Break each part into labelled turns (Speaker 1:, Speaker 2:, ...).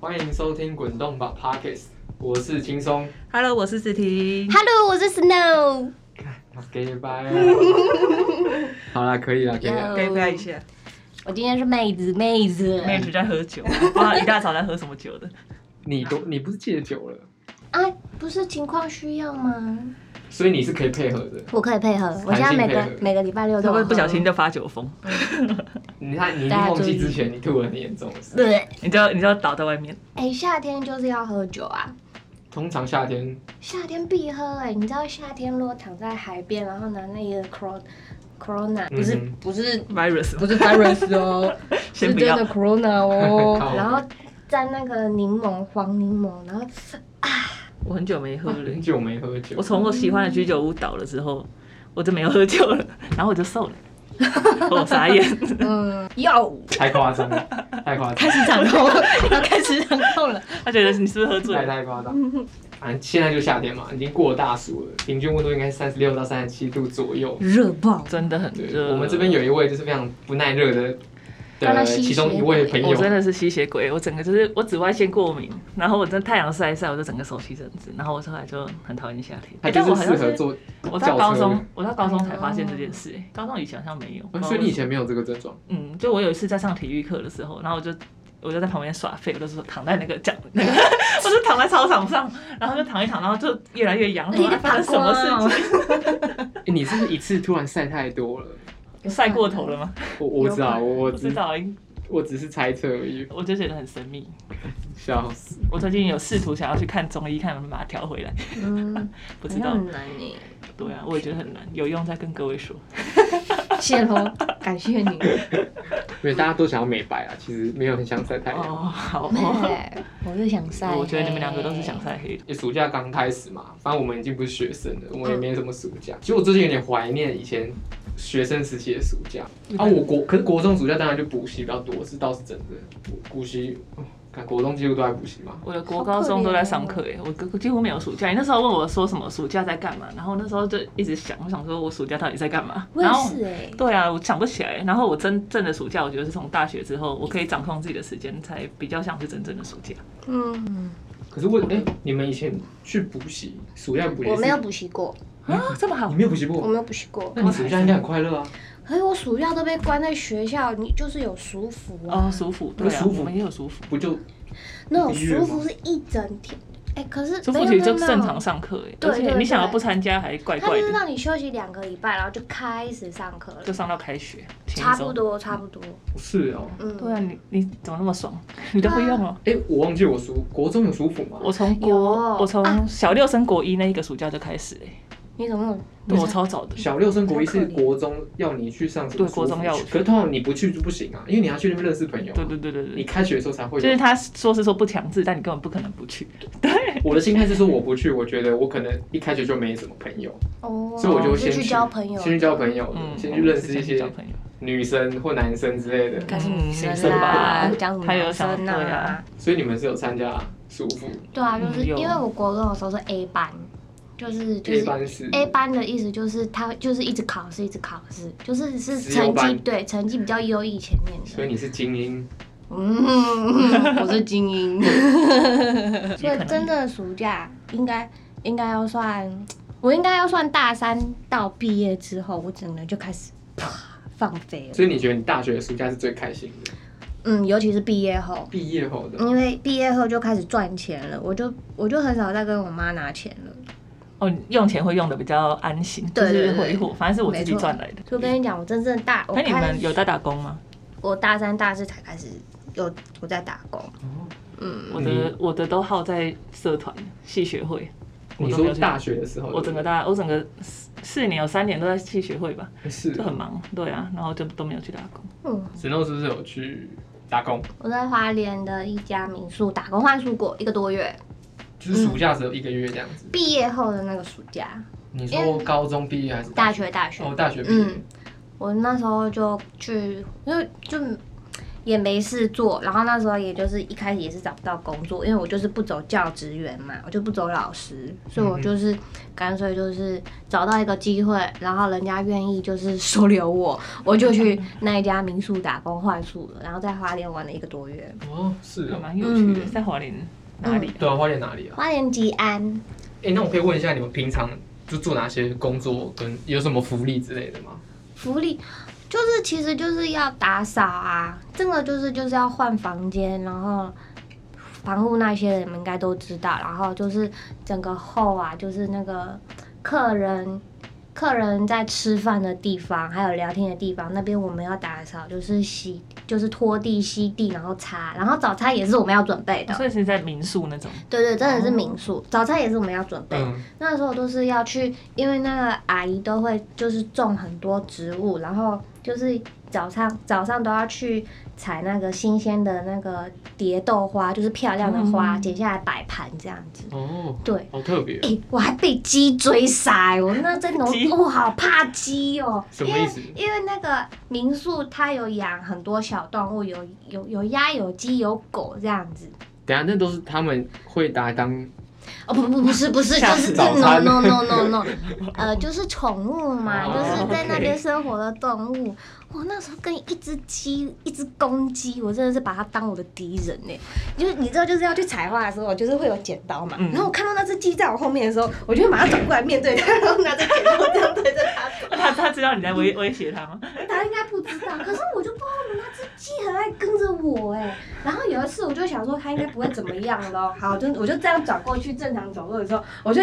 Speaker 1: 欢迎收听《滚动吧 Pockets》，我是轻松，
Speaker 2: Hello，我是思婷。
Speaker 3: Hello，我是 Snow。
Speaker 1: 给拜啊！ 好啦，可以啦，可以啦。
Speaker 2: 可以不要一下？
Speaker 3: 我今天是妹子，妹子。
Speaker 2: 妹子在喝酒，不知道一大早在喝什么 酒的。
Speaker 1: 你都你不是戒酒了，
Speaker 3: 啊，不是情况需要吗？
Speaker 1: 所以你是可以配合的。
Speaker 3: 我可以配合，我现在每
Speaker 1: 弹性配
Speaker 3: 个
Speaker 1: 合
Speaker 3: 每个礼拜六
Speaker 2: 会
Speaker 3: 都
Speaker 2: 不会
Speaker 3: 有
Speaker 2: 不小心
Speaker 3: 喝
Speaker 2: 就发酒疯？
Speaker 1: 你看，你一定
Speaker 3: 大家
Speaker 1: 忘记
Speaker 3: 注意
Speaker 1: 之前你吐得很严重的事。
Speaker 3: 对，
Speaker 2: 你就你就倒在外面。
Speaker 3: 哎、夏天就是要喝酒啊，
Speaker 1: 通常夏天
Speaker 3: 夏天必喝哎、你知道夏天如果躺在海边，然后拿那个 cor corona，不是、
Speaker 1: 嗯
Speaker 3: 不是
Speaker 2: Virus
Speaker 3: 不是 virus 哦，
Speaker 2: 先
Speaker 3: 是
Speaker 2: 不
Speaker 3: 真
Speaker 2: 要
Speaker 3: 的 corona 哦
Speaker 1: 靠。
Speaker 3: 然后蘸那个柠檬黄柠檬， 然后
Speaker 2: 我很久没喝了
Speaker 1: 很，久没喝酒，
Speaker 2: 我从我喜欢的居酒屋倒了之后，我就没有喝酒 了，然后我就瘦了。我傻眼，
Speaker 3: 嗯哟，
Speaker 1: 太夸张了，太夸张
Speaker 3: 开
Speaker 1: 了，
Speaker 3: 始掌控了，哦 要开始掌控了。
Speaker 2: 他觉得你是不是喝醉
Speaker 1: 太
Speaker 2: 了？
Speaker 1: 太夸张。反正现在就夏天嘛，已经过了大暑了，平均温度应该三十六到三十七度左右。
Speaker 3: 热爆！
Speaker 2: 真的很
Speaker 1: 对，
Speaker 2: 热。
Speaker 1: 我们这边，有一位就是非常不耐热的
Speaker 3: 让
Speaker 1: 的
Speaker 3: 他吸
Speaker 1: 其中一位朋
Speaker 2: 我
Speaker 1: 友，
Speaker 2: 真的是吸血鬼，我整个就是我紫外线过敏，然后我真的太阳晒一晒，我就整个手起疹子，然后我后来就很讨厌夏天。
Speaker 1: 他
Speaker 2: 哎但
Speaker 1: 就
Speaker 2: 我
Speaker 1: 是
Speaker 2: 好像
Speaker 1: 适合哦
Speaker 2: 是
Speaker 1: 坐
Speaker 2: 我
Speaker 1: 轿
Speaker 2: 到高
Speaker 1: 车
Speaker 2: 中，我到高中才发现这件事、哎高中以前好像没有。不
Speaker 1: 哦
Speaker 2: 知道
Speaker 1: 所以
Speaker 2: 为
Speaker 1: 你以
Speaker 2: 什么
Speaker 1: 前没有这个症状，
Speaker 2: 嗯，就我有一次在上体育课的时候，然后我就我就在旁边耍废，我就是躺在那个讲那个， 我就躺在操场上，然后就躺一躺，然后就越来越痒，然后发生什么事情？
Speaker 1: 诶哎你是不是一次突然晒太多了？
Speaker 2: 晒过头了吗？
Speaker 1: 我我不知道，我我
Speaker 2: 不知
Speaker 1: 只
Speaker 2: 道，
Speaker 1: 我只是猜测而已，
Speaker 2: 我就觉得很神秘。
Speaker 1: 笑死！
Speaker 2: 我最近有试图想要去看中医，看能不能把它调回来，
Speaker 3: 嗯，
Speaker 2: 不
Speaker 3: 好
Speaker 2: 知
Speaker 3: 像
Speaker 2: 道。
Speaker 3: 很难耶。
Speaker 2: 对啊，我也觉得很难，有用再跟各位说。
Speaker 3: 谢喽，感谢你。
Speaker 1: 因为大家都想要美白啊，其实没有很想晒太阳。
Speaker 2: 哦，好 哦。
Speaker 3: 对，我是想晒。
Speaker 2: 我觉得你们两个都是想。晒黑的。
Speaker 1: 因为暑假刚开始嘛，反正我们已经不是学生了，我们也没什么暑假。其实我最近有点怀念以前学生时期的暑假啊。我国可是国中暑假当然就补习比较多，是倒是真的。我补习，哦看国中几乎都在补习嘛。
Speaker 2: 我的国高中都在上课
Speaker 3: 哦
Speaker 2: 诶、我我几乎没有暑假。你那时候问我说什么暑假在干嘛，然后那时候就一直想，我想说我暑假到底在干嘛？
Speaker 3: 我也
Speaker 2: 然后
Speaker 3: 是哎，
Speaker 2: 对啊，我想不起来。然后我真正的暑假，我觉得是从大学之后，我可以掌控自己的时间，才比较像是真正的暑假。
Speaker 3: 嗯，
Speaker 1: 可是我哎、你们以前去补习，暑假补习
Speaker 3: 我没有
Speaker 1: 是，
Speaker 3: 补习过，
Speaker 2: 啊，这么好
Speaker 1: 你，没有补习
Speaker 3: 我
Speaker 1: 过？
Speaker 3: 没有补习过。
Speaker 1: 那你暑假应该很快乐啊。
Speaker 3: 可是我暑假都被关在学校，你就是有暑服啊，
Speaker 2: 哦，舒服，对
Speaker 1: 那
Speaker 2: 啊，
Speaker 1: 舒服
Speaker 2: 我们也有舒服，
Speaker 1: 不就
Speaker 3: 那种暑服是一整天。哎，可是
Speaker 2: 舒服
Speaker 3: 没有
Speaker 2: 其实就
Speaker 3: 没有
Speaker 2: 正常上课诶、
Speaker 3: 对
Speaker 2: 而且
Speaker 3: 对
Speaker 2: 你想要
Speaker 3: 对
Speaker 2: 不参加还怪
Speaker 3: 他
Speaker 2: 怪
Speaker 3: 就是
Speaker 2: 的，
Speaker 3: 让你休息两个礼拜，然后就开始上课了
Speaker 2: 就，上到开学，前一
Speaker 3: 差
Speaker 2: 周
Speaker 3: 不。多差不多。
Speaker 1: 是哦？
Speaker 3: 嗯，
Speaker 2: 对啊，你你怎么那么爽？ 你都不用哦。
Speaker 3: 啊
Speaker 1: 哎、我忘记我暑国中有暑辅吗？
Speaker 2: 我从
Speaker 3: 有啊
Speaker 2: 国，我从小六升国一那一个暑假就开始诶、
Speaker 3: 你怎么有？
Speaker 2: 对我超早的。
Speaker 1: 小六升国一是
Speaker 3: 好可怜
Speaker 1: 国中要你去上什么
Speaker 2: 对
Speaker 1: 暑辅
Speaker 2: 国中要我去
Speaker 1: 可是通常你不去就不行啊，因为你要去那边认识朋友、啊。
Speaker 2: 对对对对
Speaker 1: 你
Speaker 2: 对，
Speaker 1: 开学的时候才会
Speaker 2: 就是
Speaker 1: 有。
Speaker 2: 他说是说不强制，但你根本不可能不去。
Speaker 1: 我的心态是说我不去，我觉得我可能一开学就没什么朋友，
Speaker 3: 哦，
Speaker 1: 所以我就先
Speaker 3: 去交朋友，
Speaker 1: 先去交朋友，
Speaker 2: 嗯，
Speaker 1: 先去认识一
Speaker 2: 交
Speaker 1: 些
Speaker 2: 朋友。
Speaker 1: 女生或男生之类的。
Speaker 3: 该是女生
Speaker 2: 嗯女生吧
Speaker 3: 啦，讲什么
Speaker 2: 他有
Speaker 3: 男
Speaker 2: 想
Speaker 3: 生
Speaker 2: 对
Speaker 3: 啊
Speaker 2: 啊？
Speaker 1: 所以你们是有参加暑辅
Speaker 3: 对啊，就是
Speaker 2: 嗯有
Speaker 3: 因为我国中的时候是 A 班，就是就
Speaker 1: A
Speaker 3: 是
Speaker 1: 班是
Speaker 3: A 班的意思就是他就是一直考试，一直考试，就是是
Speaker 1: 自由
Speaker 3: 成
Speaker 1: 班
Speaker 3: 绩对成绩比较优异前面
Speaker 1: 所以
Speaker 3: 的。
Speaker 1: 你是精英，
Speaker 3: 嗯，我是精 英，所
Speaker 2: 也可
Speaker 3: 以
Speaker 2: 能
Speaker 3: 真的暑假应该应该要算，我应该要算大三到毕业之后，我整个就开始啪放飞了。
Speaker 1: 所以你觉得你大学的暑假是最开心的？
Speaker 3: 嗯，尤其是毕业后，
Speaker 1: 毕业后
Speaker 2: 嗯
Speaker 1: 的，
Speaker 3: 因为毕业后就开始赚钱了，我就我就很少再跟我妈拿钱了。
Speaker 2: 哦，用钱会用的比较安心，就
Speaker 3: 对对
Speaker 2: 是
Speaker 3: 对
Speaker 2: 挥霍，反正是我自己
Speaker 3: 没错
Speaker 2: 赚来的。
Speaker 3: 就跟你讲，我真正大，我
Speaker 2: 那你
Speaker 3: 开
Speaker 2: 们有在打工吗？
Speaker 3: 我大三、大四才开始有我在打工。嗯，
Speaker 2: 我的我的都耗在社团、系学会。我
Speaker 1: 你
Speaker 2: 都没
Speaker 1: 说
Speaker 2: 有去
Speaker 1: 大学的时候，
Speaker 2: 我整个大我整个四四年有三年都在系学会吧，
Speaker 1: 是
Speaker 2: 就很忙，对啊，然后就都没有去打工。
Speaker 3: 嗯，
Speaker 1: 子诺是不是有去打工？
Speaker 3: 我在花莲的一家民宿打工换宿过一个多月，
Speaker 1: 就是暑假只有一个月这样子。
Speaker 3: 毕业后的那个暑假，
Speaker 2: 嗯
Speaker 1: 你说高中毕业还是
Speaker 3: 大？学大学，
Speaker 1: 哦，大学毕业。
Speaker 3: 嗯，我那时候就去，因为就也没事做，然后那时候也就是一开始也是找不到工作，因为我就是不走教职员嘛，我就不走老师，所以我就是干脆就是找到一个机会，然后人家愿意就是收留我，我就去那一家民宿打工换宿了，然后在花莲玩了一个多月，
Speaker 1: 哦，是
Speaker 2: 还
Speaker 1: 哦，
Speaker 2: 蛮有趣的，
Speaker 3: 嗯
Speaker 2: 在华林哪里啊？
Speaker 1: 对啊，花莲哪里啊？
Speaker 3: 花莲吉安。
Speaker 1: 哎、那我可以问一下你们平常就做哪些工作，跟有什么福利之类的吗？
Speaker 3: 福利就是其实就是要打扫啊，这个就是就是要换房间，然后房屋那些你们应该都知道，然后就是整个后啊，就是那个客人。客人在吃饭的地方，还有聊天的地方，那边我们要打扫，就是洗，就是拖地、吸地，然后擦，然后早餐也是我们要准备的。
Speaker 2: 所以是在民宿那 种，
Speaker 3: 对对，真的是民宿，早餐也是我们要准备。
Speaker 1: 嗯，
Speaker 3: 那时候都是要去，因为那个阿姨都会就是种很多植物，然后就是早上早上都要去采那个新鲜的那个蝶豆花，就是漂亮的花，
Speaker 2: 嗯
Speaker 3: 剪下来摆盘这样子。
Speaker 1: 哦，
Speaker 3: 对，
Speaker 1: 好特别
Speaker 3: 诶，，我还被鸡追杀、欸，我那阵农
Speaker 2: 鸡
Speaker 3: 我好怕鸡哦、
Speaker 1: 什么意思？
Speaker 3: 因为那个民宿它有养很多小动物，有有有鸭、有鸡、有狗这样子。
Speaker 1: 等一下那都是他们会拿来当
Speaker 3: 哦不不不是 不是，
Speaker 2: 吓
Speaker 3: 就
Speaker 2: 死
Speaker 3: 是
Speaker 1: 早
Speaker 3: no
Speaker 1: 餐
Speaker 3: no no no no，呃，就是宠物嘛，
Speaker 1: 哦
Speaker 3: 就是在那
Speaker 1: OK
Speaker 3: 边生活的动物。我那时候跟一只鸡、一只公鸡，我真的是把它当我的敌人呢。就是你知道，就是要去采花的时候，我就是会有剪刀嘛。
Speaker 2: 嗯
Speaker 3: 然后我看到那只鸡在我后面的时候，我就会马上转过来面对它，然后拿着剪刀这样对着它走。
Speaker 2: 他他知道你在威威胁他吗？
Speaker 3: 他应该不知道，可是我就不知道为什么那只鸡很爱跟着我哎、然后有一次我就想说它应该不会怎么样咯，好，就我就这样转过去正常走路的时候，我就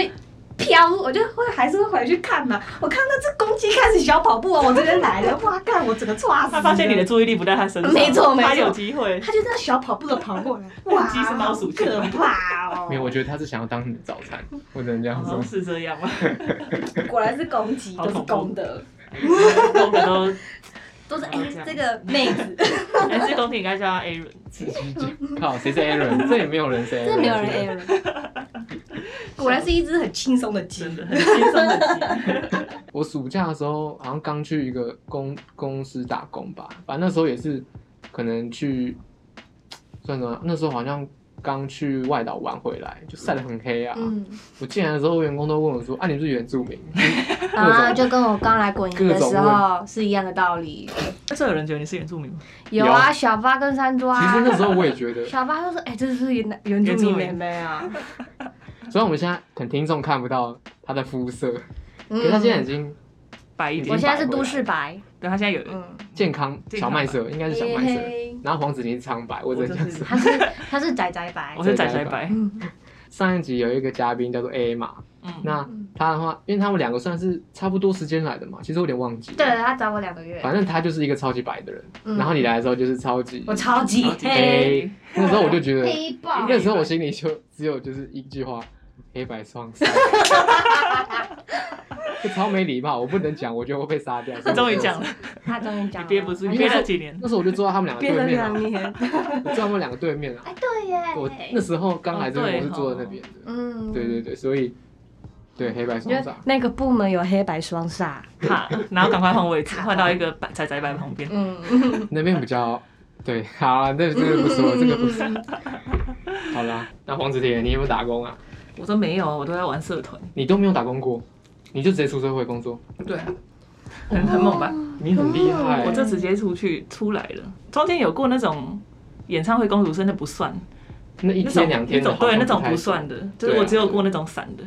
Speaker 3: 飘，我就会还是会回去看嘛。我看到那只公鸡开始小跑步哦往我这边来了，哇，干我整个抓死。
Speaker 2: 他发现你的，注意力不在他身上，
Speaker 3: 没错没错
Speaker 2: 他有机会。
Speaker 3: 它就这样小跑步的跑过来，哇，
Speaker 2: 鸡是猫鼠
Speaker 3: 好可怕哦！
Speaker 1: 没有，我觉得他是想要当你的早餐，我只能这样
Speaker 2: 哦，
Speaker 1: 说。
Speaker 2: 是这样吗？
Speaker 3: 果然是公鸡，都是公的，
Speaker 2: 公的都，
Speaker 3: 都是哎、
Speaker 2: 这样
Speaker 3: 这个妹子，
Speaker 2: 还是公的应该叫他 Aaron。
Speaker 1: 靠，谁是 Aaron？这也没有人是 Aaron，
Speaker 3: 这没有人 a r 果然是一只很轻松的鸡
Speaker 2: 真。的很轻松的鸡。
Speaker 1: 我暑假的时候好像刚去一个公公司打工吧，反正那时候也是可能去算什么，那时候好像刚去外岛玩回来，就晒得很黑啊。
Speaker 3: 嗯，
Speaker 1: 我进来的时候，员工都问我说：“啊，你是原住民？”
Speaker 3: 啊，就跟我刚来滚营的时
Speaker 1: 各种
Speaker 3: 候是一样的道理。
Speaker 2: 那时候有人觉得你是原住民吗？
Speaker 3: 有啊，小八跟山庄
Speaker 1: 其实那
Speaker 3: 啊，
Speaker 1: 时候我也觉得，
Speaker 3: 小八就说：“哎、这是原原住民妹妹啊。
Speaker 1: 虽然我们现在很听众看不到他的肤色，
Speaker 3: 嗯”
Speaker 1: 可是他现在已经
Speaker 2: 白一点
Speaker 3: 我现，在是都市白，
Speaker 2: 对他现在有
Speaker 3: 嗯，
Speaker 1: 健康
Speaker 2: 健
Speaker 1: 小
Speaker 2: 康
Speaker 1: 麦色，应该是小麦色。
Speaker 3: 嘿嘿
Speaker 1: 然后黄子宁是苍白，哦我只能这样说。
Speaker 3: 他是嗯他是仔仔白
Speaker 2: 我，是仔仔白，
Speaker 3: 嗯，
Speaker 1: 上一集有一个嘉宾叫做 A 嘛，
Speaker 2: 嗯，
Speaker 1: 那他的话，因为他们两个算是差不多时间来的嘛，其实我有点忘记。
Speaker 3: 对，他找我两个月，
Speaker 1: 反正他就是一个超级白的人，
Speaker 3: 嗯
Speaker 1: 然后你来的时候就是超级
Speaker 3: 我。超级
Speaker 2: 超级
Speaker 3: 黑
Speaker 1: 黑，那时候我就觉得，
Speaker 3: 黑爆，
Speaker 1: 那时候我心里就只有就是一句话：黑白双杀。 就超没礼貌，我不能讲，我觉得我会被杀掉。所以
Speaker 2: 他
Speaker 1: 我
Speaker 2: 终于
Speaker 1: 就
Speaker 2: 讲了，
Speaker 3: 他终于讲
Speaker 2: 你
Speaker 3: 了
Speaker 2: 憋不住，
Speaker 1: 而
Speaker 2: 你
Speaker 1: 且
Speaker 2: 憋了几年？
Speaker 1: 那时候我就坐在他们两个
Speaker 3: 变
Speaker 1: 对
Speaker 3: 成
Speaker 1: 面啊
Speaker 3: 两，面，
Speaker 1: 我坐在他们两个对面啊。
Speaker 3: 哎，对
Speaker 1: 我
Speaker 3: 耶
Speaker 1: 那，时候刚来这边，
Speaker 2: 哦
Speaker 1: 我
Speaker 2: 对
Speaker 1: 是坐在
Speaker 2: 哦
Speaker 1: 那边的。
Speaker 3: 嗯，
Speaker 1: 对对，对，所以对黑白
Speaker 3: 因
Speaker 1: 双
Speaker 3: 为
Speaker 1: 杀，
Speaker 3: 那个部门有黑白双煞，
Speaker 2: 卡，然后赶快换位置，换到一个白仔仔白旁边。
Speaker 3: 嗯，
Speaker 1: 那边比较对。好啊，那这个不说，这个不说。
Speaker 3: 嗯
Speaker 1: 好啦，那黄子铁，你有没有打工啊？
Speaker 2: 我说没有，我都在玩社团，
Speaker 1: 你都没有打工过，你就直接出社会工作，
Speaker 2: 对啊，很很猛吧？
Speaker 3: 嗯
Speaker 1: 你很厉害、
Speaker 2: 哦我就直接出去出来了，中间有过那种演唱会公主生，那不算，
Speaker 1: 那一
Speaker 2: 那种
Speaker 1: 天两天
Speaker 2: 那
Speaker 1: 的
Speaker 2: 种对
Speaker 1: 好像
Speaker 2: 那种
Speaker 1: 太啊
Speaker 2: 不算的，就是我只有过那种散的，